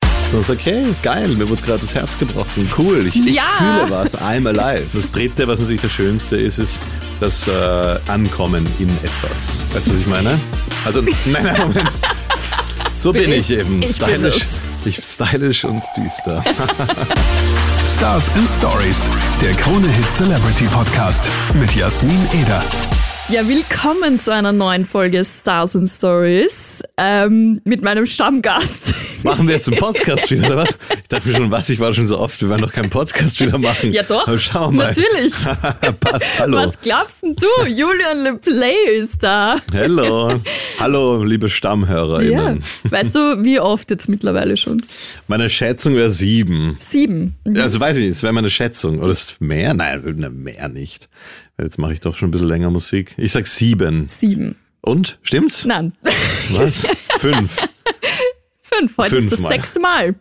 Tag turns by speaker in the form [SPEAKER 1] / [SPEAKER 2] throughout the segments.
[SPEAKER 1] Das ist okay, geil, mir wurde gerade das Herz gebrochen. Cool, ich, ich
[SPEAKER 2] Ja.
[SPEAKER 1] fühle was, I'm alive. Das dritte, was natürlich das Schönste ist, ist das äh, Ankommen in etwas. Weißt du, was ich meine? Also, nein, nein, Moment. So bin ich eben.
[SPEAKER 2] Ich bin
[SPEAKER 1] Stylisch.
[SPEAKER 2] es.
[SPEAKER 1] Ich bin stylisch und düster.
[SPEAKER 3] Stars and Stories, der Krone Hit Celebrity Podcast mit Jasmin Eder.
[SPEAKER 2] Ja, willkommen zu einer neuen Folge Stars and Stories ähm, mit meinem Stammgast.
[SPEAKER 1] Machen wir jetzt einen Podcast wieder, oder was? Ich dachte mir schon, was, ich war schon so oft, wir werden doch keinen Podcast wieder machen.
[SPEAKER 2] Ja doch,
[SPEAKER 1] Aber schau mal.
[SPEAKER 2] natürlich.
[SPEAKER 1] Passt, hallo.
[SPEAKER 2] Was glaubst denn du? Julian Le Play ist da.
[SPEAKER 1] Hello. Hallo, liebe StammhörerInnen.
[SPEAKER 2] Weißt du, wie oft jetzt mittlerweile schon?
[SPEAKER 1] Meine Schätzung wäre sieben.
[SPEAKER 2] Sieben.
[SPEAKER 1] Also weiß ich nicht, es wäre meine Schätzung. Oder ist es mehr? Nein, na, mehr nicht. Jetzt mache ich doch schon ein bisschen länger Musik. Ich sag sieben.
[SPEAKER 2] Sieben.
[SPEAKER 1] Und? Stimmt's?
[SPEAKER 2] Nein,
[SPEAKER 1] Was? Fünf.
[SPEAKER 2] fünf. Heute ist das
[SPEAKER 1] Fünfmal. Oh,
[SPEAKER 2] sechste Mal. Also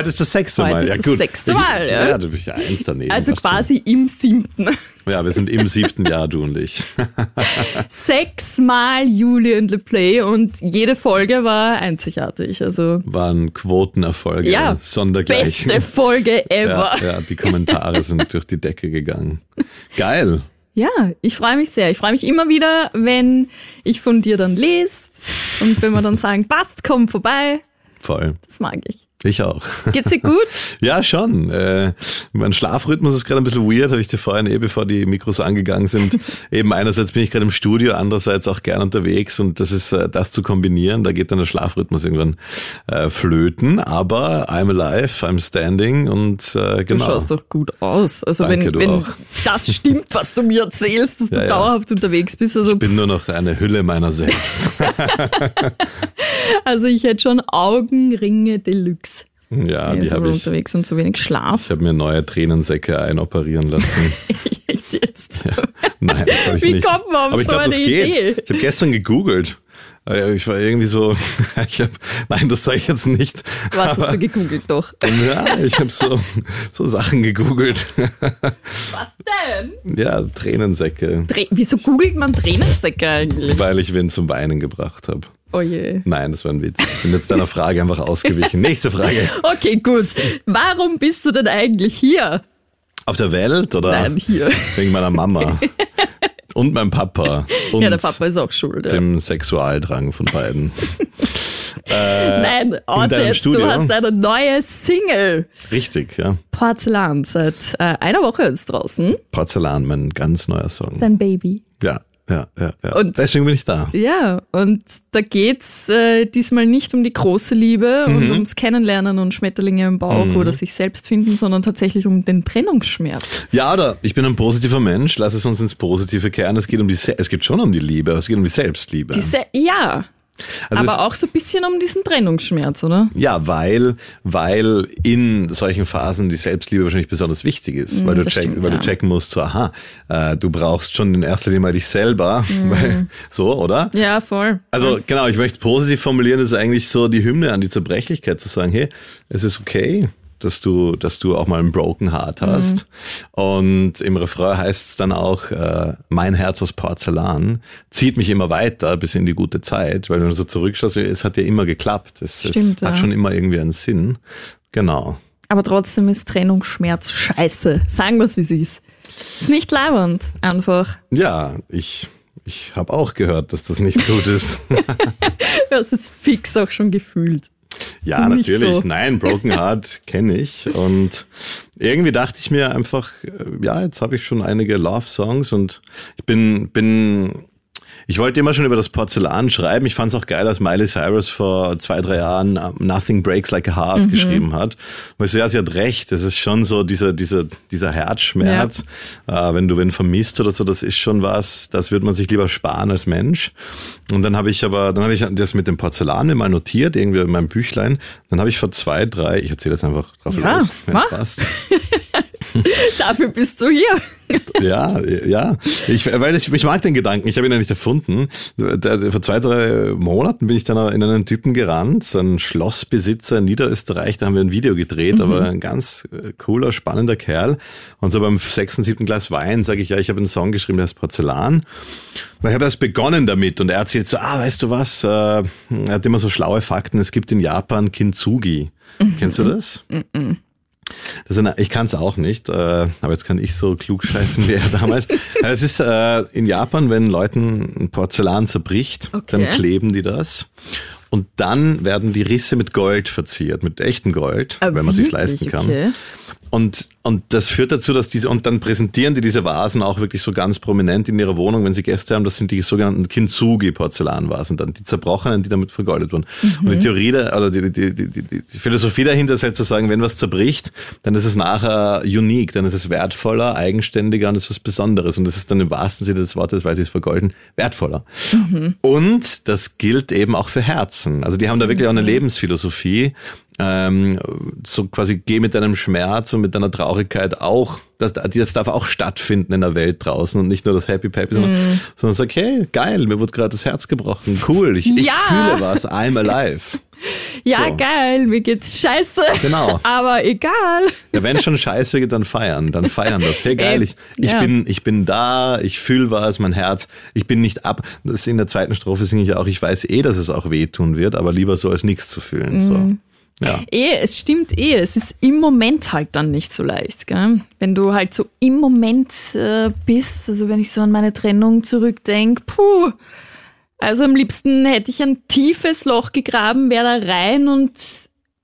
[SPEAKER 1] Heute ist das sechste
[SPEAKER 2] Heute
[SPEAKER 1] Mal.
[SPEAKER 2] ist
[SPEAKER 1] ja,
[SPEAKER 2] das
[SPEAKER 1] gut.
[SPEAKER 2] sechste
[SPEAKER 1] ich,
[SPEAKER 2] Mal, ja.
[SPEAKER 1] Ja, du bist ja eins daneben.
[SPEAKER 2] Also
[SPEAKER 1] passt schon.
[SPEAKER 2] quasi im siebten.
[SPEAKER 1] Ja, wir sind im siebten Jahr, du und ich.
[SPEAKER 2] Sechsmal Julian Le Play und jede Folge war einzigartig. Also
[SPEAKER 1] Waren Quotenerfolge.
[SPEAKER 2] ja,
[SPEAKER 1] Sondergleichen.
[SPEAKER 2] beste Folge ever.
[SPEAKER 1] ja, ja, die Kommentare sind durch die Decke gegangen. Geil.
[SPEAKER 2] Ja, ich freue mich sehr. Ich freue mich immer wieder, wenn ich von dir dann lese und wenn wir dann sagen, passt, komm vorbei.
[SPEAKER 1] Voll.
[SPEAKER 2] Das mag ich.
[SPEAKER 1] Ich auch.
[SPEAKER 2] Geht's dir gut?
[SPEAKER 1] Ja, schon. Äh, mein Schlafrhythmus ist gerade ein bisschen weird, habe ich dir vorhin eh, bevor die Mikros angegangen sind. Eben einerseits bin ich gerade im Studio, andererseits auch gern unterwegs und das ist äh, das zu kombinieren, da geht dann der Schlafrhythmus irgendwann äh, flöten, aber I'm alive, I'm standing und äh,
[SPEAKER 2] Du
[SPEAKER 1] genau.
[SPEAKER 2] schaust doch gut aus. Also
[SPEAKER 1] Danke,
[SPEAKER 2] wenn,
[SPEAKER 1] du
[SPEAKER 2] wenn
[SPEAKER 1] auch.
[SPEAKER 2] das stimmt, was du mir erzählst, dass
[SPEAKER 1] Ja,
[SPEAKER 2] du
[SPEAKER 1] ja.
[SPEAKER 2] dauerhaft unterwegs bist. Also
[SPEAKER 1] ich bin nur noch eine Hülle meiner selbst.
[SPEAKER 2] Also ich hätte schon Augenringe Deluxe.
[SPEAKER 1] ja,
[SPEAKER 2] Mir
[SPEAKER 1] die
[SPEAKER 2] ist aber
[SPEAKER 1] habe ich.
[SPEAKER 2] unterwegs und zu wenig Schlaf.
[SPEAKER 1] Ich habe mir neue Tränensäcke einoperieren lassen.
[SPEAKER 2] Echt jetzt.
[SPEAKER 1] Nein, habe ich
[SPEAKER 2] Wie
[SPEAKER 1] nicht.
[SPEAKER 2] kommt man auf
[SPEAKER 1] Aber ich
[SPEAKER 2] so
[SPEAKER 1] glaub,
[SPEAKER 2] eine
[SPEAKER 1] das
[SPEAKER 2] Idee?
[SPEAKER 1] Geht. Ich habe gestern gegoogelt. Äh, Ich war irgendwie so, ich hab, nein, das sage ich jetzt nicht.
[SPEAKER 2] Was
[SPEAKER 1] Aber-
[SPEAKER 2] hast du gegoogelt doch?
[SPEAKER 1] Ja, ich habe so, so Sachen gegoogelt.
[SPEAKER 2] Was denn?
[SPEAKER 1] Ja, Tränensäcke,
[SPEAKER 2] Dreh Wieso googelt man Tränensäcke eigentlich?
[SPEAKER 1] weil ich wen zum Weinen gebracht habe.
[SPEAKER 2] Oh je.
[SPEAKER 1] Nein, das war ein Witz. Ich bin jetzt deiner Frage einfach ausgewichen. Nächste Frage.
[SPEAKER 2] Okay, gut. Warum bist du denn eigentlich hier?
[SPEAKER 1] Auf der Welt oder?
[SPEAKER 2] Nein, hier.
[SPEAKER 1] Wegen meiner Mama. Und meinem Papa. Und
[SPEAKER 2] Ja, der Papa ist auch schuld. Ja.
[SPEAKER 1] dem Sexualdrang von beiden.
[SPEAKER 2] Nein,
[SPEAKER 1] äh, in
[SPEAKER 2] außer
[SPEAKER 1] deinem
[SPEAKER 2] jetzt,
[SPEAKER 1] Studio?
[SPEAKER 2] du hast eine neue Single.
[SPEAKER 1] Richtig, ja.
[SPEAKER 2] Porzellan seit äh, einer Woche ist draußen.
[SPEAKER 1] Porzellan, mein ganz neuer Song.
[SPEAKER 2] Dein Baby.
[SPEAKER 1] Ja, ja, ja. ja.
[SPEAKER 2] Und-
[SPEAKER 1] Deswegen bin ich da.
[SPEAKER 2] Ja, und da geht's äh, diesmal nicht um die große Liebe
[SPEAKER 1] Mhm.
[SPEAKER 2] und ums Kennenlernen und Schmetterlinge im Bauch oder sich selbst finden, sondern tatsächlich um den Trennungsschmerz.
[SPEAKER 1] Ja, oder ich bin ein positiver Mensch, lass es uns ins Positive kehren. Es geht um die Se es geht schon um die Liebe, aber es geht um die Selbstliebe.
[SPEAKER 2] Diese, ja,
[SPEAKER 1] Also
[SPEAKER 2] aber auch so ein bisschen um diesen Trennungsschmerz, oder?
[SPEAKER 1] es, ja, weil, weil in solchen Phasen die Selbstliebe wahrscheinlich besonders wichtig ist, weil, du,
[SPEAKER 2] Mm, das
[SPEAKER 1] check,
[SPEAKER 2] stimmt,
[SPEAKER 1] weil
[SPEAKER 2] ja.
[SPEAKER 1] du checken musst, so, aha, äh, du brauchst schon in erster Linie mal dich selber.
[SPEAKER 2] Mm.
[SPEAKER 1] Weil, so, oder?
[SPEAKER 2] Ja, voll.
[SPEAKER 1] Also genau, ich möchte es positiv formulieren, das ist eigentlich so die Hymne an die Zerbrechlichkeit zu sagen, hey, es ist okay, dass du, dass du auch mal ein Broken
[SPEAKER 2] Mhm.
[SPEAKER 1] Heart hast. Und im Refrain heißt es dann auch, äh, mein Herz aus Porzellan zieht mich immer weiter bis in die gute Zeit, weil wenn du so zurückschaust, es hat ja immer geklappt. Es,
[SPEAKER 2] Stimmt,
[SPEAKER 1] es hat
[SPEAKER 2] ja.
[SPEAKER 1] schon immer irgendwie einen Sinn. Genau.
[SPEAKER 2] Aber trotzdem ist Trennungsschmerz scheiße. Sagen wir's, wie's ist. Ist nicht leibend, einfach.
[SPEAKER 1] Ja, ich, ich habe auch gehört, dass das nicht gut ist.
[SPEAKER 2] Das ist fix auch schon gefühlt.
[SPEAKER 1] Ja,
[SPEAKER 2] Nicht
[SPEAKER 1] natürlich.
[SPEAKER 2] so.
[SPEAKER 1] Nein, Broken Heart kenne ich. Und irgendwie dachte ich mir einfach, äh, ja, jetzt habe ich schon einige Love-Songs und ich bin, bin, ich wollte immer schon über das Porzellan schreiben. Ich fand es auch geil, als Miley Cyrus vor zwei, drei Jahren ähm, Nothing Breaks Like a Heart geschrieben hat. Weil sie, ja, sie hat recht. Es ist schon so dieser, dieser, dieser Herzschmerz. Äh, wenn du wen vermisst oder so, das ist schon was, das wird man sich lieber sparen als Mensch. Und dann habe ich aber, dann habe ich das mit dem Porzellan mir mal notiert, irgendwie in meinem Büchlein. Dann habe ich vor zwei, drei, ich erzähle jetzt einfach drauf
[SPEAKER 2] Ja,
[SPEAKER 1] los, wenn es
[SPEAKER 2] mach.
[SPEAKER 1] passt.
[SPEAKER 2] Dafür bist du hier.
[SPEAKER 1] Ja, ja. Ich, weil ich, ich mag den Gedanken, ich habe ihn ja nicht erfunden. Vor zwei, drei Monaten bin ich dann in einen Typen gerannt, ein Schlossbesitzer in Niederösterreich, da haben wir ein Video gedreht, mhm. aber ein ganz cooler, spannender Kerl. Und so beim sechsten, siebten Glas Wein sage ich, ja, ich habe einen Song geschrieben, der heißt Porzellan. Und ich habe erst begonnen damit und er erzählt so, ah, weißt du was, er hat immer so schlaue Fakten, es gibt in Japan Kintsugi. Mhm. Kennst du das? Mhm. Eine, ich kann es auch nicht, äh, aber jetzt kann ich so klug scheißen wie er damals. Es ist äh, in Japan, wenn Leuten Porzellan zerbricht, okay. dann kleben die das. Und dann werden die Risse mit Gold verziert, mit echtem Gold, ah, wenn man sich leisten kann. Okay. Und, und das führt dazu, dass diese, und dann präsentieren die diese Vasen auch wirklich so ganz prominent in ihrer Wohnung, wenn sie Gäste haben. Das sind die sogenannten Kintsugi-Porzellanvasen, dann die zerbrochenen, die damit vergoldet wurden. Mhm. Und die Theorie, da, also die, die, die, die, die Philosophie dahinter ist halt zu sagen, wenn was zerbricht, dann ist es nachher unique, dann ist es wertvoller, eigenständiger und ist was Besonderes. Und das ist dann im wahrsten Sinne des Wortes, weil sie es vergolden, wertvoller. Mhm. Und das gilt eben auch für Herzen. Also die haben da wirklich auch eine Lebensphilosophie, Ähm, so quasi geh mit deinem Schmerz und mit deiner Traurigkeit auch, das, das darf auch stattfinden in der Welt draußen und nicht nur das Happy Pappy, sondern, mm. sondern sag, hey, geil, mir wurde gerade das Herz gebrochen, cool, ich, ich ja. fühle was, I'm alive.
[SPEAKER 2] Ja, so. geil, mir geht's scheiße.
[SPEAKER 1] Genau.
[SPEAKER 2] Aber egal.
[SPEAKER 1] Ja, wenn schon scheiße geht, dann feiern. Dann feiern das. Hey, geil, ich, ich, ja. bin, ich bin da, ich fühle was, mein Herz, ich bin nicht ab. Das in der zweiten Strophe singe ich auch, ich weiß eh, dass es auch wehtun wird, aber lieber so als nichts zu fühlen. Mm. So.
[SPEAKER 2] Ja. Eh, es stimmt eh. Es ist im Moment halt dann nicht so leicht, gell? Wenn du halt so im Moment äh, bist, also wenn ich so an meine Trennung zurückdenke, puh. Also am liebsten hätte ich ein tiefes Loch gegraben, wäre da rein und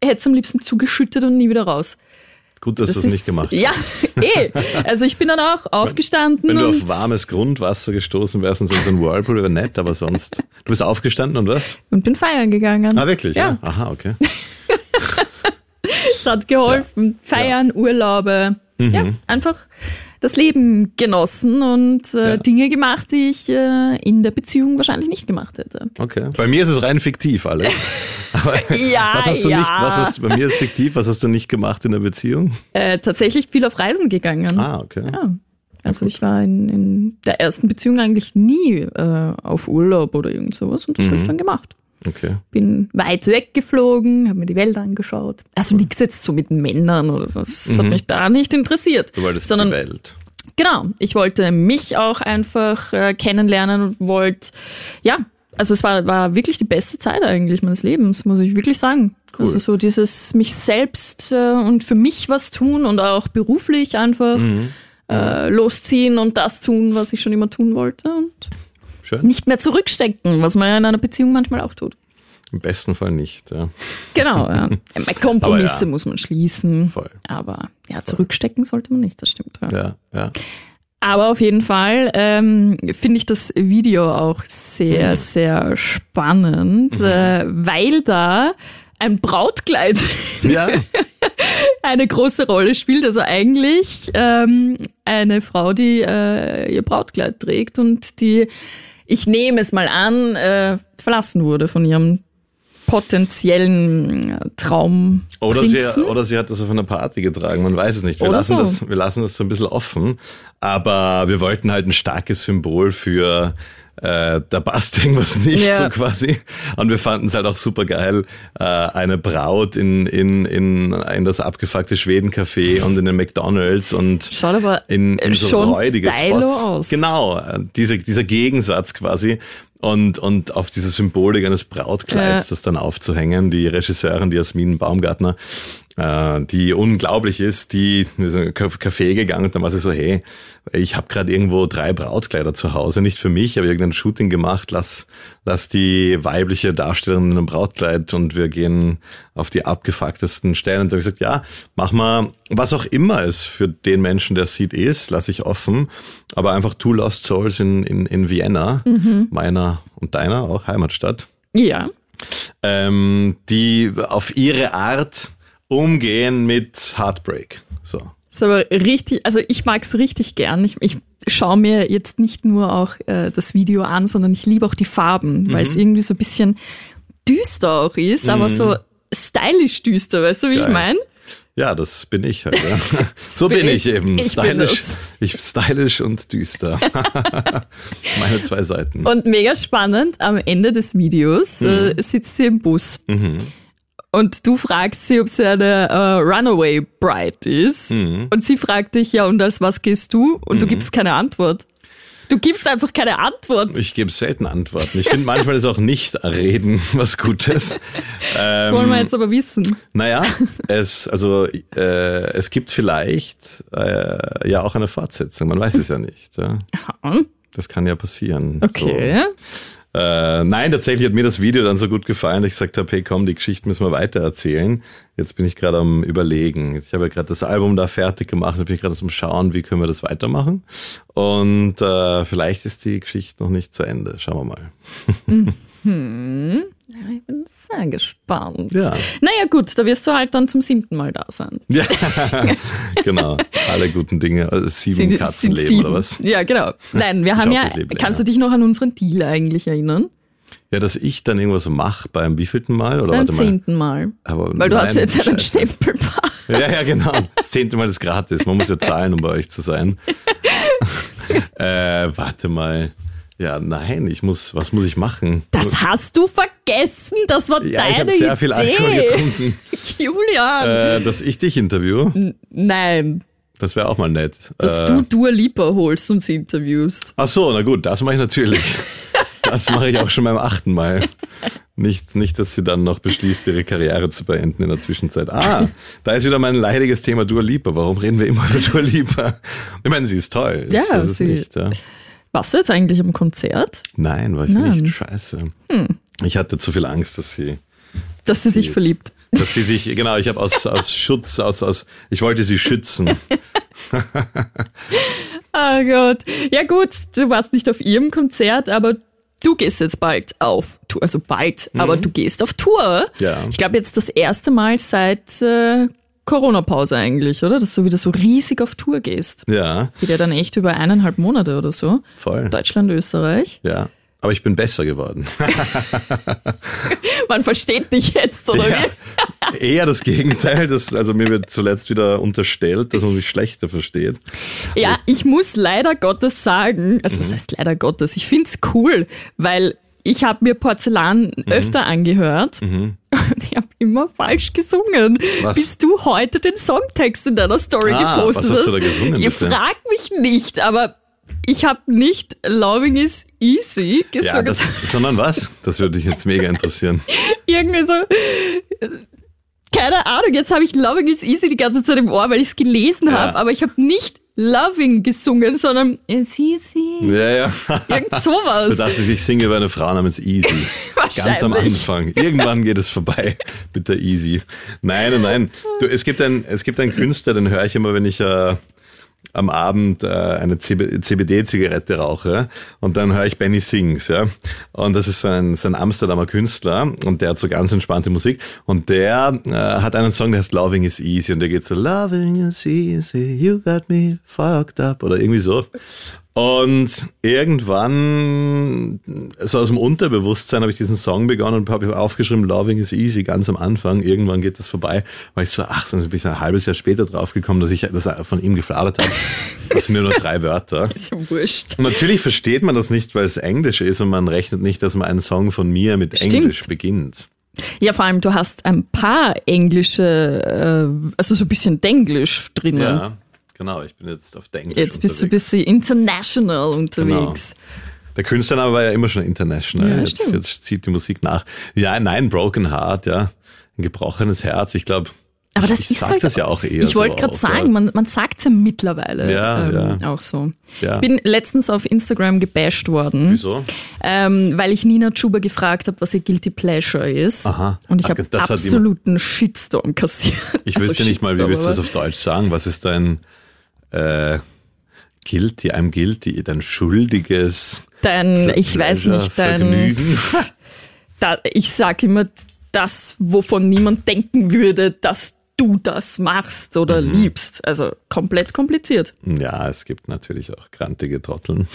[SPEAKER 2] hätte es am liebsten zugeschüttet und nie wieder raus.
[SPEAKER 1] Gut, dass das du es nicht gemacht hast.
[SPEAKER 2] Ja, eh. Also ich bin dann auch aufgestanden.
[SPEAKER 1] Wenn, wenn du auf warmes Grundwasser gestoßen wärst und so ein Whirlpool wäre nett, aber sonst. Du bist aufgestanden und was?
[SPEAKER 2] Und bin feiern gegangen.
[SPEAKER 1] Ah, wirklich? ja. ja. Aha, okay.
[SPEAKER 2] es hat geholfen. Ja. Feiern, ja. Urlaube. Mhm. Ja, einfach das Leben genossen und äh, ja. Dinge gemacht, die ich äh, in der Beziehung wahrscheinlich nicht gemacht hätte.
[SPEAKER 1] Okay. Bei mir ist es rein fiktiv alles.
[SPEAKER 2] ja,
[SPEAKER 1] was hast du
[SPEAKER 2] ja.
[SPEAKER 1] nicht, was hast, bei mir ist fiktiv, was hast du nicht gemacht in der Beziehung?
[SPEAKER 2] Äh, tatsächlich viel auf Reisen gegangen.
[SPEAKER 1] Ah, okay.
[SPEAKER 2] Also ich war in, in, der ersten Beziehung eigentlich nie äh, auf Urlaub oder irgend sowas und das mhm. habe ich dann gemacht.
[SPEAKER 1] Okay.
[SPEAKER 2] Bin weit weggeflogen, habe mir die Welt angeschaut. Also cool. nichts jetzt so mit Männern oder so. Das mhm. hat mich da nicht interessiert.
[SPEAKER 1] Du wolltest sondern, die Welt.
[SPEAKER 2] Genau. Ich wollte mich auch einfach äh, kennenlernen und wollte, ja, also es war, war wirklich die beste Zeit eigentlich meines Lebens, muss ich wirklich sagen. Cool. Also so dieses mich selbst äh, und für mich was tun und auch beruflich einfach mhm. äh, losziehen und das tun, was ich schon immer tun wollte. Und
[SPEAKER 1] Schön.
[SPEAKER 2] nicht mehr zurückstecken, was man ja in einer Beziehung manchmal auch tut.
[SPEAKER 1] Im besten Fall nicht, ja.
[SPEAKER 2] Genau, ja. Kompromisse ja. muss man schließen.
[SPEAKER 1] Voll.
[SPEAKER 2] Aber ja, Voll. zurückstecken sollte man nicht, das stimmt.
[SPEAKER 1] Ja, ja. ja.
[SPEAKER 2] Aber auf jeden Fall ähm, finde ich das Video auch sehr, mhm. sehr spannend, mhm. äh, weil da ein Brautkleid
[SPEAKER 1] ja.
[SPEAKER 2] eine große Rolle spielt. Also eigentlich ähm, eine Frau, die äh, ihr Brautkleid trägt und die, ich nehme es mal an, äh, verlassen wurde von ihrem potenziellen äh, Traum.
[SPEAKER 1] Oder sie, äh, oder sie hat das auf einer Party getragen, man weiß es nicht. Wir, oder lassen, so. das, wir lassen das so ein bisschen offen, aber wir wollten halt ein starkes Symbol für äh, da passt irgendwas nicht, ja. so quasi. Und wir fanden es halt auch super geil, äh, eine Braut in, in, in, in das abgefuckte Schwedencafé und in den McDonalds und
[SPEAKER 2] Schaut aber
[SPEAKER 1] in, in so
[SPEAKER 2] äh, schon
[SPEAKER 1] räudige
[SPEAKER 2] Stylo
[SPEAKER 1] Spots.
[SPEAKER 2] Aus.
[SPEAKER 1] Genau, diese, dieser Gegensatz quasi. Und, und auf diese Symbolik eines Brautkleids, ja. das dann aufzuhängen, die Regisseurin, die Jasmin Baumgartner, äh, die unglaublich ist, die wir sind in Café gegangen und dann war sie so, hey, ich habe gerade irgendwo drei Brautkleider zu Hause, nicht für mich, aber irgendein Shooting gemacht, lass, lass die weibliche Darstellerin in einem Brautkleid und wir gehen auf die abgefucktesten Stellen. Und dann habe ich gesagt, ja, mach mal, was auch immer es für den Menschen, der sieht, ist, lass ich offen, aber einfach Two Lost Souls in, in, in Vienna, mhm. meiner und deiner auch Heimatstadt.
[SPEAKER 2] Ja.
[SPEAKER 1] Ähm, die auf ihre Art umgehen mit Heartbreak. So.
[SPEAKER 2] Ist aber richtig, also ich mag's richtig gern. Ich, ich schaue mir jetzt nicht nur auch äh, das Video an, sondern ich liebe auch die Farben, mhm. weil es irgendwie so ein bisschen düster auch ist, mhm. aber so stylisch düster, weißt du, wie Geil. ich meine?
[SPEAKER 1] Ja, das bin ich halt. Ja. so bin, ich eben.
[SPEAKER 2] Ich bin
[SPEAKER 1] stylisch,
[SPEAKER 2] das.
[SPEAKER 1] ich, stylisch und düster. Meine zwei Seiten.
[SPEAKER 2] Und mega spannend, am Ende des Videos äh, sitzt sie im Bus. Und du fragst sie, ob sie eine äh, Runaway Bride ist. Und sie fragt dich, ja, und als was gehst du? Und du gibst keine Antwort. Du gibst einfach keine Antwort.
[SPEAKER 1] Ich gebe selten Antworten. Ich finde manchmal ist auch nicht reden was Gutes.
[SPEAKER 2] Das wollen wir jetzt aber wissen.
[SPEAKER 1] Naja, es, also, äh, es gibt vielleicht äh, ja auch eine Fortsetzung. Man weiß es ja nicht. Ja.
[SPEAKER 2] Hm?
[SPEAKER 1] Das kann ja passieren.
[SPEAKER 2] Okay.
[SPEAKER 1] So. Äh, nein, tatsächlich hat mir das Video dann so gut gefallen, dass ich gesagt habe, hey komm, die Geschichten müssen wir weitererzählen. Jetzt bin ich gerade am überlegen. Ich habe ja gerade das Album da fertig gemacht, da bin ich gerade am Schauen, wie können wir das weitermachen. Und äh, vielleicht ist die Geschichte noch nicht zu Ende. Schauen wir mal.
[SPEAKER 2] Ja, ich bin sehr gespannt.
[SPEAKER 1] Ja.
[SPEAKER 2] Naja, gut, da wirst du halt dann zum siebten Mal da sein.
[SPEAKER 1] Ja, genau. Alle guten Dinge. Also sieben
[SPEAKER 2] Sind-
[SPEAKER 1] Katzen
[SPEAKER 2] sind
[SPEAKER 1] leben
[SPEAKER 2] sieben.
[SPEAKER 1] oder was?
[SPEAKER 2] Ja, genau. Nein, wir haben
[SPEAKER 1] hoffe,
[SPEAKER 2] ja.
[SPEAKER 1] es leben
[SPEAKER 2] kannst
[SPEAKER 1] länger.
[SPEAKER 2] du dich noch an unseren Deal eigentlich erinnern?
[SPEAKER 1] Ja, dass ich dann irgendwas mache beim wievielten Mal oder
[SPEAKER 2] Beim
[SPEAKER 1] warte mal.
[SPEAKER 2] zehnten Mal.
[SPEAKER 1] Aber
[SPEAKER 2] Weil du
[SPEAKER 1] nein,
[SPEAKER 2] hast ja jetzt einen
[SPEAKER 1] scheiße.
[SPEAKER 2] Stempelpass.
[SPEAKER 1] Ja, ja, genau. Das zehnte Mal ist gratis. Man muss ja zahlen, um bei euch zu sein. äh, warte mal. Ja, nein, ich muss, was muss ich machen?
[SPEAKER 2] Das hast du vergessen. Das war
[SPEAKER 1] ja, ich
[SPEAKER 2] deine
[SPEAKER 1] habe sehr
[SPEAKER 2] Idee.
[SPEAKER 1] viel Alkohol getrunken.
[SPEAKER 2] Julian.
[SPEAKER 1] Äh, dass ich dich interview,
[SPEAKER 2] Nein,
[SPEAKER 1] das wäre auch mal nett.
[SPEAKER 2] dass
[SPEAKER 1] äh,
[SPEAKER 2] du Dua Lipa holst und sie interviewst.
[SPEAKER 1] Ach so, na gut, das mache ich natürlich. Das mache ich auch schon beim achten Mal. Nicht, nicht, dass sie dann noch beschließt, ihre Karriere zu beenden in der Zwischenzeit. Ah, da ist wieder mein leidiges Thema Dua Lipa. Warum reden wir immer über Dua Lipa? Ich meine, sie ist toll.
[SPEAKER 2] Ja,
[SPEAKER 1] so ist es
[SPEAKER 2] sie-
[SPEAKER 1] nicht. Ja.
[SPEAKER 2] Warst du jetzt eigentlich am Konzert?
[SPEAKER 1] Nein, war ich
[SPEAKER 2] Nein. Hm.
[SPEAKER 1] nicht. Scheiße. Ich hatte zu viel Angst, dass sie,
[SPEAKER 2] Dass sie sich verliebt.
[SPEAKER 1] dass sie sich, genau, ich habe aus, aus Schutz, aus, aus, ich wollte sie schützen.
[SPEAKER 2] Oh Gott. Ja gut, du warst nicht auf ihrem Konzert, aber du gehst jetzt bald auf Tour. Also bald, aber du gehst auf Tour.
[SPEAKER 1] Mhm. Ja.
[SPEAKER 2] Ich glaube jetzt das erste Mal seit äh, Corona-Pause eigentlich, oder? Dass du wieder so riesig auf Tour gehst.
[SPEAKER 1] Ja,
[SPEAKER 2] Geht ja dann echt über eineinhalb Monate oder so.
[SPEAKER 1] voll.
[SPEAKER 2] Deutschland, Österreich.
[SPEAKER 1] Ja. Aber ich bin besser geworden.
[SPEAKER 2] Man versteht dich jetzt, oder
[SPEAKER 1] Ja,
[SPEAKER 2] wie?
[SPEAKER 1] eher das Gegenteil. Das, also mir wird zuletzt wieder unterstellt, dass man mich schlechter versteht.
[SPEAKER 2] Ja, ich muss leider Gottes sagen, also
[SPEAKER 1] Mhm.
[SPEAKER 2] was heißt leider Gottes, ich find's cool, weil ich habe mir Porzellan
[SPEAKER 1] Mhm.
[SPEAKER 2] öfter angehört und ich habe immer falsch gesungen,
[SPEAKER 1] Was?
[SPEAKER 2] bis du heute den Songtext in deiner Story
[SPEAKER 1] Ah,
[SPEAKER 2] gepostet
[SPEAKER 1] was hast du da gesungen,
[SPEAKER 2] Ihr
[SPEAKER 1] bitte?
[SPEAKER 2] fragt mich nicht, aber ich habe nicht Loving is Easy
[SPEAKER 1] Ja,
[SPEAKER 2] gesungen.
[SPEAKER 1] das, sondern was? Das würde dich jetzt mega interessieren.
[SPEAKER 2] irgendwie so. Keine Ahnung, jetzt habe ich Loving is Easy die ganze Zeit im Ohr, weil ich es gelesen
[SPEAKER 1] Ja.
[SPEAKER 2] habe, aber ich habe nicht Loving gesungen, sondern It's easy.
[SPEAKER 1] Ja, ja.
[SPEAKER 2] Irgend
[SPEAKER 1] Du
[SPEAKER 2] sowas.
[SPEAKER 1] dachtest, ich singe über eine Frau namens Easy. Ganz am
[SPEAKER 2] Wahrscheinlich.
[SPEAKER 1] Anfang. Irgendwann geht es vorbei mit der Easy. Nein, nein, nein. Du, es, gibt ein, es gibt einen Künstler, den höre ich immer, wenn ich äh, am Abend äh, eine CB CBD-Zigarette rauche. Und dann höre ich Benny Sings. Ja? Und das ist so ein, so ein Amsterdamer Künstler und der hat so ganz entspannte Musik. Und der äh, hat einen Song, der heißt Loving is Easy. Und der geht so, Loving is easy, you got me fucked up. Oder irgendwie so. Und irgendwann, so aus dem Unterbewusstsein, habe ich diesen Song begonnen und habe aufgeschrieben, Loving is easy, ganz am Anfang. Irgendwann geht das vorbei. War ich so, ach, so bin ich ein halbes Jahr später draufgekommen, dass ich das von ihm gefladert habe. Das sind ja nur drei Wörter.
[SPEAKER 2] Ist ja wurscht.
[SPEAKER 1] Und natürlich versteht man das nicht, weil es Englisch ist und man rechnet nicht, dass man einen Song von mir mit
[SPEAKER 2] Stimmt.
[SPEAKER 1] Englisch beginnt.
[SPEAKER 2] Ja, vor allem, du hast ein paar englische, äh, also so ein bisschen Denglisch drinnen.
[SPEAKER 1] Ja, genau. Ich bin jetzt auf Englisch
[SPEAKER 2] Jetzt bist du
[SPEAKER 1] unterwegs. Genau.
[SPEAKER 2] ein bisschen international unterwegs.
[SPEAKER 1] Der Künstlername war ja immer schon international.
[SPEAKER 2] Ja,
[SPEAKER 1] jetzt,
[SPEAKER 2] stimmt.
[SPEAKER 1] jetzt zieht die Musik nach. Ja, nein, Broken Heart, ja. Ein gebrochenes Herz. Ich glaube,
[SPEAKER 2] Aber das
[SPEAKER 1] ich, ich
[SPEAKER 2] ist
[SPEAKER 1] sag
[SPEAKER 2] halt,
[SPEAKER 1] das ja auch eher.
[SPEAKER 2] Ich wollte
[SPEAKER 1] so
[SPEAKER 2] gerade
[SPEAKER 1] auch,
[SPEAKER 2] sagen, man, man sagt ja mittlerweile
[SPEAKER 1] Ja,
[SPEAKER 2] ähm,
[SPEAKER 1] ja.
[SPEAKER 2] auch so.
[SPEAKER 1] Ja.
[SPEAKER 2] Bin letztens auf Instagram gebasht worden,
[SPEAKER 1] Wieso?
[SPEAKER 2] ähm, weil ich Nina Chuba gefragt habe, was ihr Guilty Pleasure ist.
[SPEAKER 1] Aha.
[SPEAKER 2] Und ich
[SPEAKER 1] Ach,
[SPEAKER 2] habe
[SPEAKER 1] das hat
[SPEAKER 2] absoluten Shitstorm kassiert.
[SPEAKER 1] Ich wüsste nicht mal, wie
[SPEAKER 2] Also Shitstorm,
[SPEAKER 1] willst du das
[SPEAKER 2] aber-
[SPEAKER 1] auf Deutsch sagen? Was ist dein äh, Guilty, I'm guilty, dein schuldiges
[SPEAKER 2] Dein, ich weiß
[SPEAKER 1] Pleasure,
[SPEAKER 2] nicht, dein,
[SPEAKER 1] Vergnügen?
[SPEAKER 2] da, ich sage immer das, wovon niemand denken würde, dass du das machst oder
[SPEAKER 1] Mhm.
[SPEAKER 2] liebst. Also komplett kompliziert.
[SPEAKER 1] Ja, es gibt natürlich auch grantige Trotteln.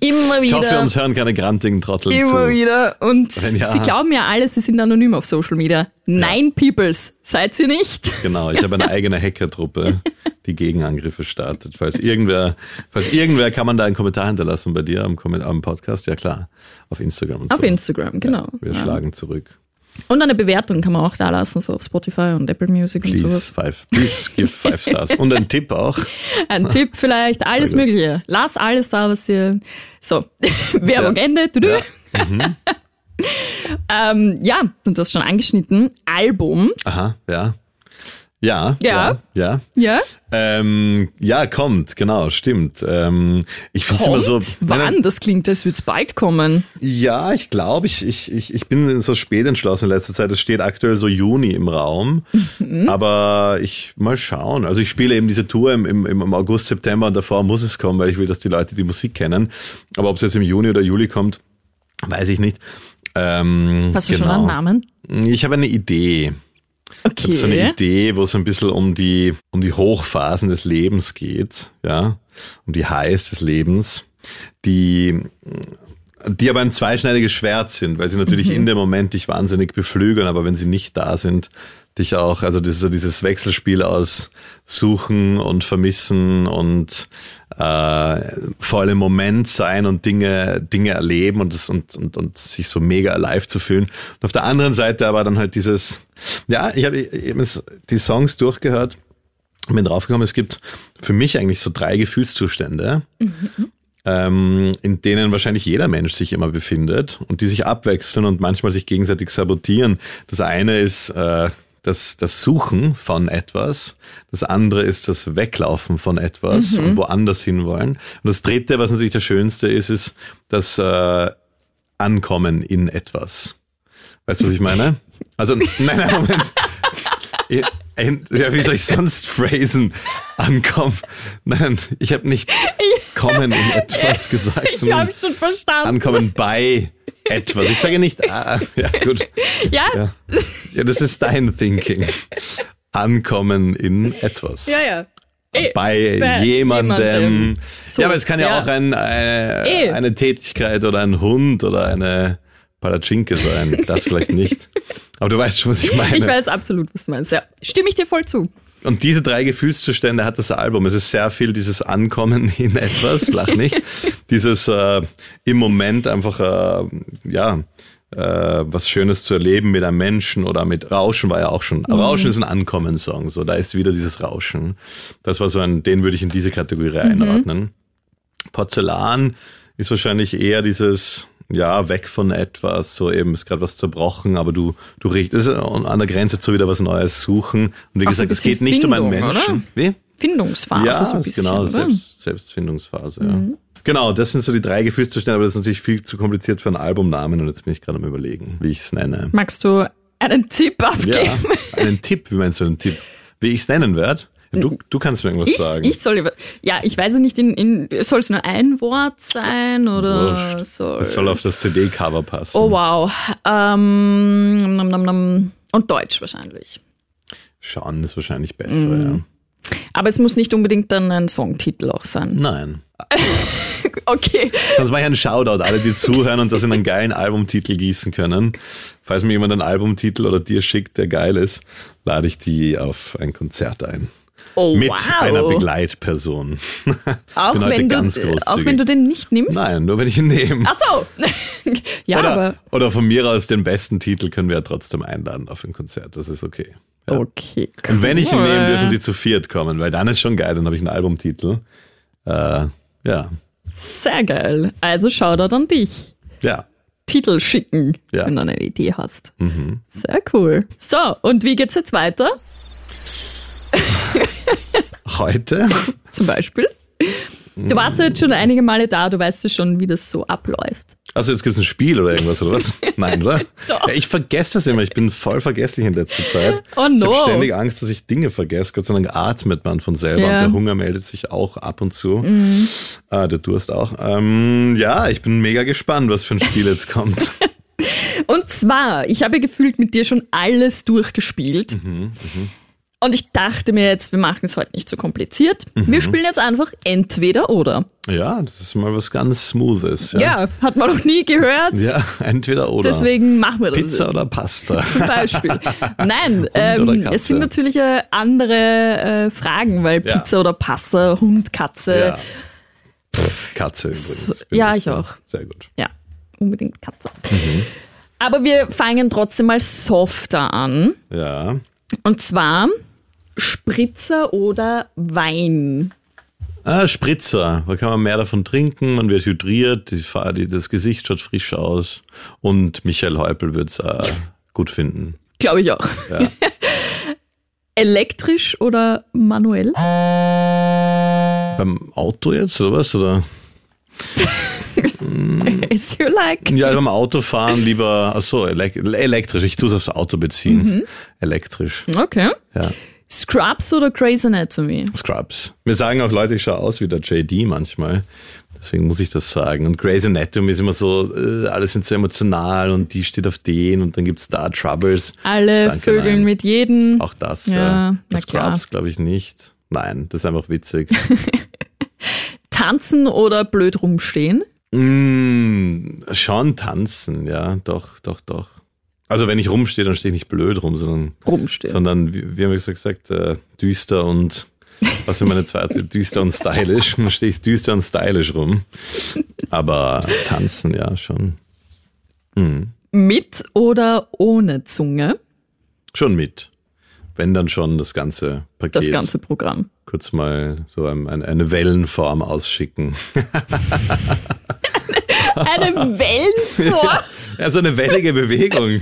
[SPEAKER 2] Immer wieder.
[SPEAKER 1] Ich hoffe, uns hören keine grantigen Trotteln
[SPEAKER 2] Immer
[SPEAKER 1] zu.
[SPEAKER 2] wieder. Und
[SPEAKER 1] Wenn ja.
[SPEAKER 2] sie glauben ja alle, sie sind anonym auf Social Media. Nein, Peoples, seid sie nicht.
[SPEAKER 1] Genau, ich habe eine eigene Hackertruppe, die Gegenangriffe startet. Falls irgendwer, falls irgendwer kann man da einen Kommentar hinterlassen bei dir am, Komment- am Podcast, ja klar, auf Instagram und
[SPEAKER 2] Auf
[SPEAKER 1] so.
[SPEAKER 2] Instagram, genau.
[SPEAKER 1] Wir
[SPEAKER 2] Ja.
[SPEAKER 1] schlagen zurück.
[SPEAKER 2] Und eine Bewertung kann man auch da lassen, so auf Spotify und Apple Music und
[SPEAKER 1] Please,
[SPEAKER 2] sowas.
[SPEAKER 1] five, please give five stars. Und ein Tipp auch.
[SPEAKER 2] Ein Tipp vielleicht, alles
[SPEAKER 1] gut.
[SPEAKER 2] Mögliche. Lass alles da, was dir. So, Werbung
[SPEAKER 1] Ja.
[SPEAKER 2] Ende. Tudu.
[SPEAKER 1] Ja.
[SPEAKER 2] Ähm, ja, und du hast schon angeschnitten. Album.
[SPEAKER 1] Aha, ja. Ja,
[SPEAKER 2] Ja.
[SPEAKER 1] ja. ja.
[SPEAKER 2] Ja.
[SPEAKER 1] Ähm, ja, kommt, genau, stimmt. Ähm, ich finde es immer
[SPEAKER 2] Kommt?
[SPEAKER 1] so.
[SPEAKER 2] Wann?
[SPEAKER 1] Nein, nein,
[SPEAKER 2] Das klingt, als würde es bald kommen.
[SPEAKER 1] Ja, ich glaube, ich, ich, ich, ich bin so spät entschlossen in letzter Zeit. Es steht aktuell so Juni im Raum.
[SPEAKER 2] Mhm.
[SPEAKER 1] Aber ich mal schauen. Also ich spiele eben diese Tour im, im, im August, September und davor muss es kommen, weil ich will, dass die Leute die Musik kennen. Aber ob es jetzt im Juni oder Juli kommt, weiß ich nicht. Ähm,
[SPEAKER 2] Hast du schon einen Namen?
[SPEAKER 1] Ich habe eine Idee. Ich
[SPEAKER 2] Okay.
[SPEAKER 1] habe so eine Idee, wo es ein bisschen um die, um die Hochphasen des Lebens geht, ja, um die Highs des Lebens, die, die aber ein zweischneidiges Schwert sind, weil sie natürlich in dem Moment dich wahnsinnig beflügeln, aber wenn sie nicht da sind, dich auch, also das ist so dieses Wechselspiel aus Suchen und Vermissen und äh, voll im Moment sein und Dinge, Dinge erleben und, das, und, und, und sich so mega alive zu fühlen. Und auf der anderen Seite aber dann halt dieses, ja, ich habe eben s- die Songs durchgehört und bin draufgekommen, es gibt für mich eigentlich so drei Gefühlszustände, ähm, in denen wahrscheinlich jeder Mensch sich immer befindet und die sich abwechseln und manchmal sich gegenseitig sabotieren. Das eine ist äh, das, das Suchen von etwas, das andere ist das Weglaufen von etwas und woanders hinwollen. Und das dritte, was natürlich das Schönste ist, ist das äh, Ankommen in etwas. Weißt du, was ich meine? Also, nein, nein, Moment. Ja, ein- ja, wie soll ich sonst phrasen? Ankommen. Nein, ich habe nicht kommen in etwas gesagt,
[SPEAKER 2] ich
[SPEAKER 1] sondern
[SPEAKER 2] habe schon verstanden.
[SPEAKER 1] ankommen bei etwas. Ich sage nicht, ah, ja, gut.
[SPEAKER 2] ja? ja,
[SPEAKER 1] Ja. ja, das ist dein Thinking. Ankommen in etwas.
[SPEAKER 2] ja, Ey,
[SPEAKER 1] Bei,
[SPEAKER 2] bei
[SPEAKER 1] jemandem.
[SPEAKER 2] jemandem. So,
[SPEAKER 1] ja, aber es kann ja,
[SPEAKER 2] ja.
[SPEAKER 1] auch ein, äh,
[SPEAKER 2] Eh.
[SPEAKER 1] eine, eine Tätigkeit oder ein Hund oder eine Palatschinke sein. Das vielleicht nicht. Aber du weißt schon, was ich meine.
[SPEAKER 2] Ich weiß absolut, was du meinst. Ja. Stimme ich dir voll zu.
[SPEAKER 1] Und diese drei Gefühlszustände hat das Album. Es ist sehr viel dieses Ankommen in etwas, lach nicht, dieses äh, im Moment einfach, äh, ja, äh, was Schönes zu erleben mit einem Menschen oder mit Rauschen war ja auch schon.
[SPEAKER 2] Mhm.
[SPEAKER 1] Rauschen ist ein Ankommen-Song, so da ist wieder dieses Rauschen. Das war so ein, den würde ich in diese Kategorie
[SPEAKER 2] Mhm.
[SPEAKER 1] einordnen. Porzellan ist wahrscheinlich eher dieses, ja, weg von etwas, so eben ist gerade was zerbrochen, aber du, du richtest und an der Grenze zu wieder was Neues suchen. Und wie
[SPEAKER 2] Auch so ein
[SPEAKER 1] gesagt, es
[SPEAKER 2] bisschen
[SPEAKER 1] geht nicht um einen
[SPEAKER 2] Findung, oder?
[SPEAKER 1] Menschen. Wie?
[SPEAKER 2] Findungsphase
[SPEAKER 1] ja,
[SPEAKER 2] so ein
[SPEAKER 1] ist
[SPEAKER 2] bisschen.
[SPEAKER 1] genau,
[SPEAKER 2] oder? Mhm.
[SPEAKER 1] Selbst, Selbstfindungsphase, ja. Genau, das sind so die drei Gefühlszustände, aber das ist natürlich viel zu kompliziert für einen Albumnamen und jetzt bin ich gerade am überlegen, wie ich es nenne.
[SPEAKER 2] Magst du einen Tipp
[SPEAKER 1] Ja,
[SPEAKER 2] abgeben?
[SPEAKER 1] einen Tipp, wie meinst du einen Tipp? Wie ich es nennen werde? Du, du kannst mir irgendwas
[SPEAKER 2] Ich,
[SPEAKER 1] sagen.
[SPEAKER 2] ich soll über- ja, ich weiß ja nicht, in, in, soll es nur ein Wort sein oder
[SPEAKER 1] Wurscht.
[SPEAKER 2] soll.
[SPEAKER 1] Es soll auf das CD-Cover passen.
[SPEAKER 2] oh wow. Ähm, nom, nom, nom. Und Deutsch wahrscheinlich.
[SPEAKER 1] Schauen ist wahrscheinlich besser,
[SPEAKER 2] Mhm.
[SPEAKER 1] ja.
[SPEAKER 2] Aber es muss nicht unbedingt dann ein Songtitel auch sein.
[SPEAKER 1] Nein.
[SPEAKER 2] Okay.
[SPEAKER 1] Sonst mache ich einen Shoutout, alle, die zuhören und das in einen geilen Albumtitel gießen können. Falls mir jemand einen Albumtitel oder dir schickt, der geil ist, lade ich die auf ein Konzert ein.
[SPEAKER 2] Oh,
[SPEAKER 1] Mit
[SPEAKER 2] wow.
[SPEAKER 1] einer Begleitperson.
[SPEAKER 2] auch
[SPEAKER 1] bin heute
[SPEAKER 2] wenn,
[SPEAKER 1] ganz
[SPEAKER 2] du,
[SPEAKER 1] großzügig.
[SPEAKER 2] auch wenn du den nicht nimmst.
[SPEAKER 1] Nein, nur wenn ich ihn nehme.
[SPEAKER 2] Ach so. ja, aber.
[SPEAKER 1] Oder, oder von mir aus den besten Titel können wir ja trotzdem einladen auf ein Konzert. Das ist okay. Ja.
[SPEAKER 2] Okay. Cool.
[SPEAKER 1] Und wenn ich ihn nehme, dürfen sie zu viert kommen, weil dann ist schon geil, dann habe ich einen Albumtitel. Äh, ja.
[SPEAKER 2] Sehr geil. Also Shoutout an dich.
[SPEAKER 1] Ja.
[SPEAKER 2] Titel schicken,
[SPEAKER 1] Ja. Mhm.
[SPEAKER 2] wenn du eine Idee hast. Sehr cool. So, und wie geht's jetzt weiter?
[SPEAKER 1] Heute?
[SPEAKER 2] Zum Beispiel. Du warst ja jetzt schon einige Male da, du weißt ja schon, wie das so abläuft.
[SPEAKER 1] Also jetzt gibt's ein Spiel oder irgendwas, oder was? Nein, oder?
[SPEAKER 2] Doch.
[SPEAKER 1] Ja, ich vergesse das immer. Ich bin voll vergesslich in letzter Zeit.
[SPEAKER 2] Oh no.
[SPEAKER 1] Ich habe ständig Angst, dass ich Dinge vergesse. Gott sei Dank atmet man von selber
[SPEAKER 2] Ja. Mhm.
[SPEAKER 1] und der Hunger meldet sich auch ab und zu. Ah, der Durst auch. Ähm, ja, ich bin mega gespannt, was für ein Spiel jetzt kommt. Mhm,
[SPEAKER 2] Und zwar, ich habe gefühlt mit dir schon alles durchgespielt. Und ich dachte mir jetzt, wir machen es heute nicht so kompliziert.
[SPEAKER 1] Mhm.
[SPEAKER 2] Wir spielen jetzt einfach entweder oder.
[SPEAKER 1] Ja, das ist mal was ganz Smoothes. Ja,
[SPEAKER 2] Ja, hat man noch nie gehört.
[SPEAKER 1] ja entweder oder.
[SPEAKER 2] Deswegen machen wir das.
[SPEAKER 1] Pizza oder Pasta.
[SPEAKER 2] Zum Beispiel. Nein,
[SPEAKER 1] oder
[SPEAKER 2] ähm,
[SPEAKER 1] Katze?
[SPEAKER 2] es sind natürlich äh, andere äh, Fragen, weil
[SPEAKER 1] Ja.
[SPEAKER 2] Pizza oder Pasta, Hund, Katze.
[SPEAKER 1] Ja. Pff, Katze übrigens. Bin
[SPEAKER 2] ja, ich auch.
[SPEAKER 1] Sehr gut.
[SPEAKER 2] Ja, unbedingt Katze.
[SPEAKER 1] Mhm.
[SPEAKER 2] Aber wir fangen trotzdem mal softer an.
[SPEAKER 1] Ja.
[SPEAKER 2] Und zwar Spritzer oder Wein.
[SPEAKER 1] Ah, Spritzer. Da kann man mehr davon trinken, man wird hydriert, die, Fa- die, das Gesicht schaut frisch aus und Michael Häupl wird's äh, gut finden.
[SPEAKER 2] Glaube ich auch. Elektrisch oder manuell?
[SPEAKER 1] Beim Auto jetzt oder was? Oder? Ähm.
[SPEAKER 2] As you like.
[SPEAKER 1] Ja, beim Autofahren lieber, achso, elek elektrisch. Ich tue es aufs Auto beziehen. Elektrisch.
[SPEAKER 2] Okay.
[SPEAKER 1] Ja.
[SPEAKER 2] Scrubs oder Grey's Anatomy?
[SPEAKER 1] Scrubs. Mir sagen auch Leute, ich schaue aus wie der JD manchmal. Deswegen muss ich das sagen. Und Grey's Anatomy ist immer so, äh, alle sind so emotional und die steht auf den und dann gibt's da Troubles.
[SPEAKER 2] Alle
[SPEAKER 1] Danke,
[SPEAKER 2] Vögeln
[SPEAKER 1] nein.
[SPEAKER 2] mit jedem.
[SPEAKER 1] Auch das.
[SPEAKER 2] Ja,
[SPEAKER 1] Ja,
[SPEAKER 2] na klar.
[SPEAKER 1] Scrubs glaube ich nicht. Nein, das ist einfach witzig.
[SPEAKER 2] Tanzen oder blöd rumstehen?
[SPEAKER 1] mm, schon tanzen, ja, doch, doch, doch. Also wenn ich rumstehe, dann stehe ich nicht blöd rum, sondern,
[SPEAKER 2] Rumstehen.
[SPEAKER 1] sondern wie, wie haben wir so gesagt, äh, düster und was sind meine zweite? Düster und stylisch. Dann stehe ich düster und stylisch rum. Aber tanzen, ja, schon.
[SPEAKER 2] Mit oder ohne Zunge?
[SPEAKER 1] Schon mit. Wenn dann schon das ganze Paket.
[SPEAKER 2] Das ganze Programm.
[SPEAKER 1] Kurz mal so ein, ein, eine Wellenform ausschicken.
[SPEAKER 2] Eine Wellenform.
[SPEAKER 1] Also eine wellige Bewegung.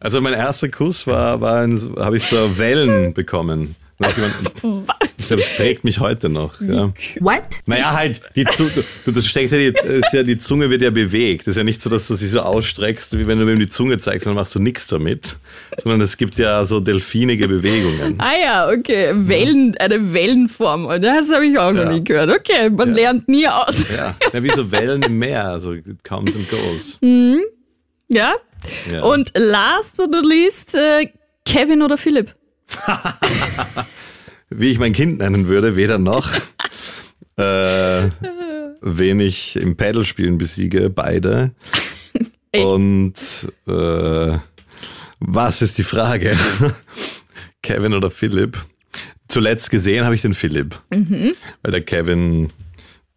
[SPEAKER 1] Also mein erster Kuss war, war ein- habe ich so Wellen bekommen. Da hat jemand- Ich glaube, es prägt mich heute noch. Ja.
[SPEAKER 4] What?
[SPEAKER 1] Naja, halt, die Zu du, du steckst ja die, ist ja, die Zunge wird ja bewegt. Es ist ja nicht so, dass du sie so ausstreckst, wie wenn du ihm die Zunge zeigst, dann machst du nichts damit. Sondern es gibt ja so delfinige Bewegungen.
[SPEAKER 2] ah ja, okay. Wellen, eine Wellenform. Und Das habe ich auch noch
[SPEAKER 1] Ja.
[SPEAKER 2] nie gehört. Okay, man lernt nie aus.
[SPEAKER 1] Ja, ja wie so Wellen im Meer, also it comes and goes.
[SPEAKER 2] Ja?
[SPEAKER 1] Ja.
[SPEAKER 2] Und last but not least, äh, Kevin oder Philipp?
[SPEAKER 1] wie ich mein Kind nennen würde, weder noch. äh, wen ich im Paddlespielen besiege, beide.
[SPEAKER 2] Echt?
[SPEAKER 1] Und äh, was ist die Frage? Kevin oder Philipp? Zuletzt gesehen habe ich den Philipp.
[SPEAKER 2] Mhm.
[SPEAKER 1] Weil der Kevin,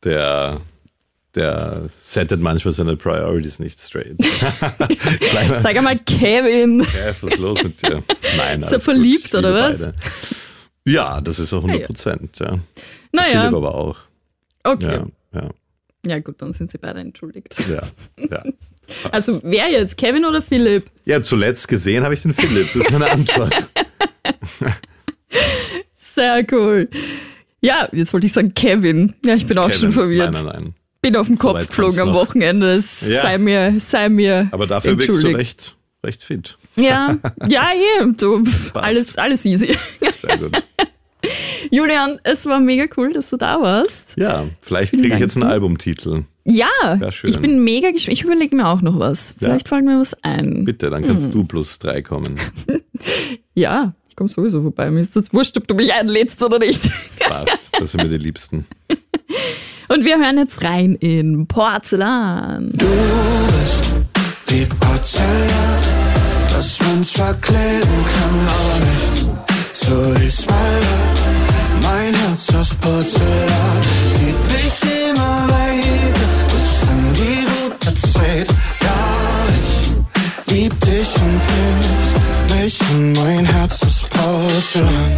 [SPEAKER 1] der, der settet manchmal seine Priorities nicht straight. Kleiner
[SPEAKER 2] Sag einmal Kevin.
[SPEAKER 1] Chef, was ist los mit dir? Nein,
[SPEAKER 2] Ist er
[SPEAKER 1] alles gut,
[SPEAKER 2] verliebt,
[SPEAKER 1] ich liebe
[SPEAKER 2] oder was? Ah
[SPEAKER 1] beide. Ja, das ist auch 100 Prozent. Ja.
[SPEAKER 2] Naja,
[SPEAKER 1] Philipp aber auch.
[SPEAKER 2] okay.
[SPEAKER 1] Ja,
[SPEAKER 2] Ja.
[SPEAKER 1] ja,
[SPEAKER 2] gut, dann sind sie beide entschuldigt.
[SPEAKER 1] ja, ja.
[SPEAKER 2] Also wer jetzt, Kevin oder Philipp?
[SPEAKER 1] Ja, zuletzt gesehen habe ich den Philipp. Das ist meine Antwort.
[SPEAKER 2] Sehr cool. Ja, jetzt wollte ich sagen Kevin. Ja, ich bin auch schon
[SPEAKER 1] Kevin.
[SPEAKER 2] verwirrt.
[SPEAKER 1] Nein, nein, nein.
[SPEAKER 2] Bin auf den
[SPEAKER 1] So
[SPEAKER 2] Kopf
[SPEAKER 1] weit
[SPEAKER 2] geflogen
[SPEAKER 1] kommt's
[SPEAKER 2] am
[SPEAKER 1] noch.
[SPEAKER 2] Wochenende. Es
[SPEAKER 1] Ja.
[SPEAKER 2] Sei mir, sei mir.
[SPEAKER 1] Aber dafür wirkst du
[SPEAKER 2] entschuldigt.
[SPEAKER 1] recht, recht fit.
[SPEAKER 2] Ja, ja, eben. Du, pf, alles, alles easy.
[SPEAKER 1] Sehr gut.
[SPEAKER 2] Julian, es war mega cool, dass du da warst.
[SPEAKER 1] Ja, vielleicht kriege ich
[SPEAKER 2] Dank
[SPEAKER 1] jetzt einen Albumtitel.
[SPEAKER 2] Ja,
[SPEAKER 1] Ja, schön.
[SPEAKER 2] ich bin mega gespannt. Ich überlege mir auch noch was. Vielleicht fällt mir was ein.
[SPEAKER 1] Bitte, dann kannst
[SPEAKER 2] Mhm.
[SPEAKER 1] du plus drei kommen.
[SPEAKER 2] Ja, ich komme sowieso vorbei. Mir ist das wurscht, ob du mich einlädst oder nicht.
[SPEAKER 1] Passt. Das sind mir die Liebsten.
[SPEAKER 2] Und wir hören jetzt rein in Porzellan.
[SPEAKER 5] Du bist wie Porzellan, das man zwar kleben kann, aber nicht so ist Malwert. Mein Herz aus Porzellan zieht mich immer weiter bis in die gute Zeit. Ja, ich lieb dich und küsst mich und mein Herz aus Porzellan.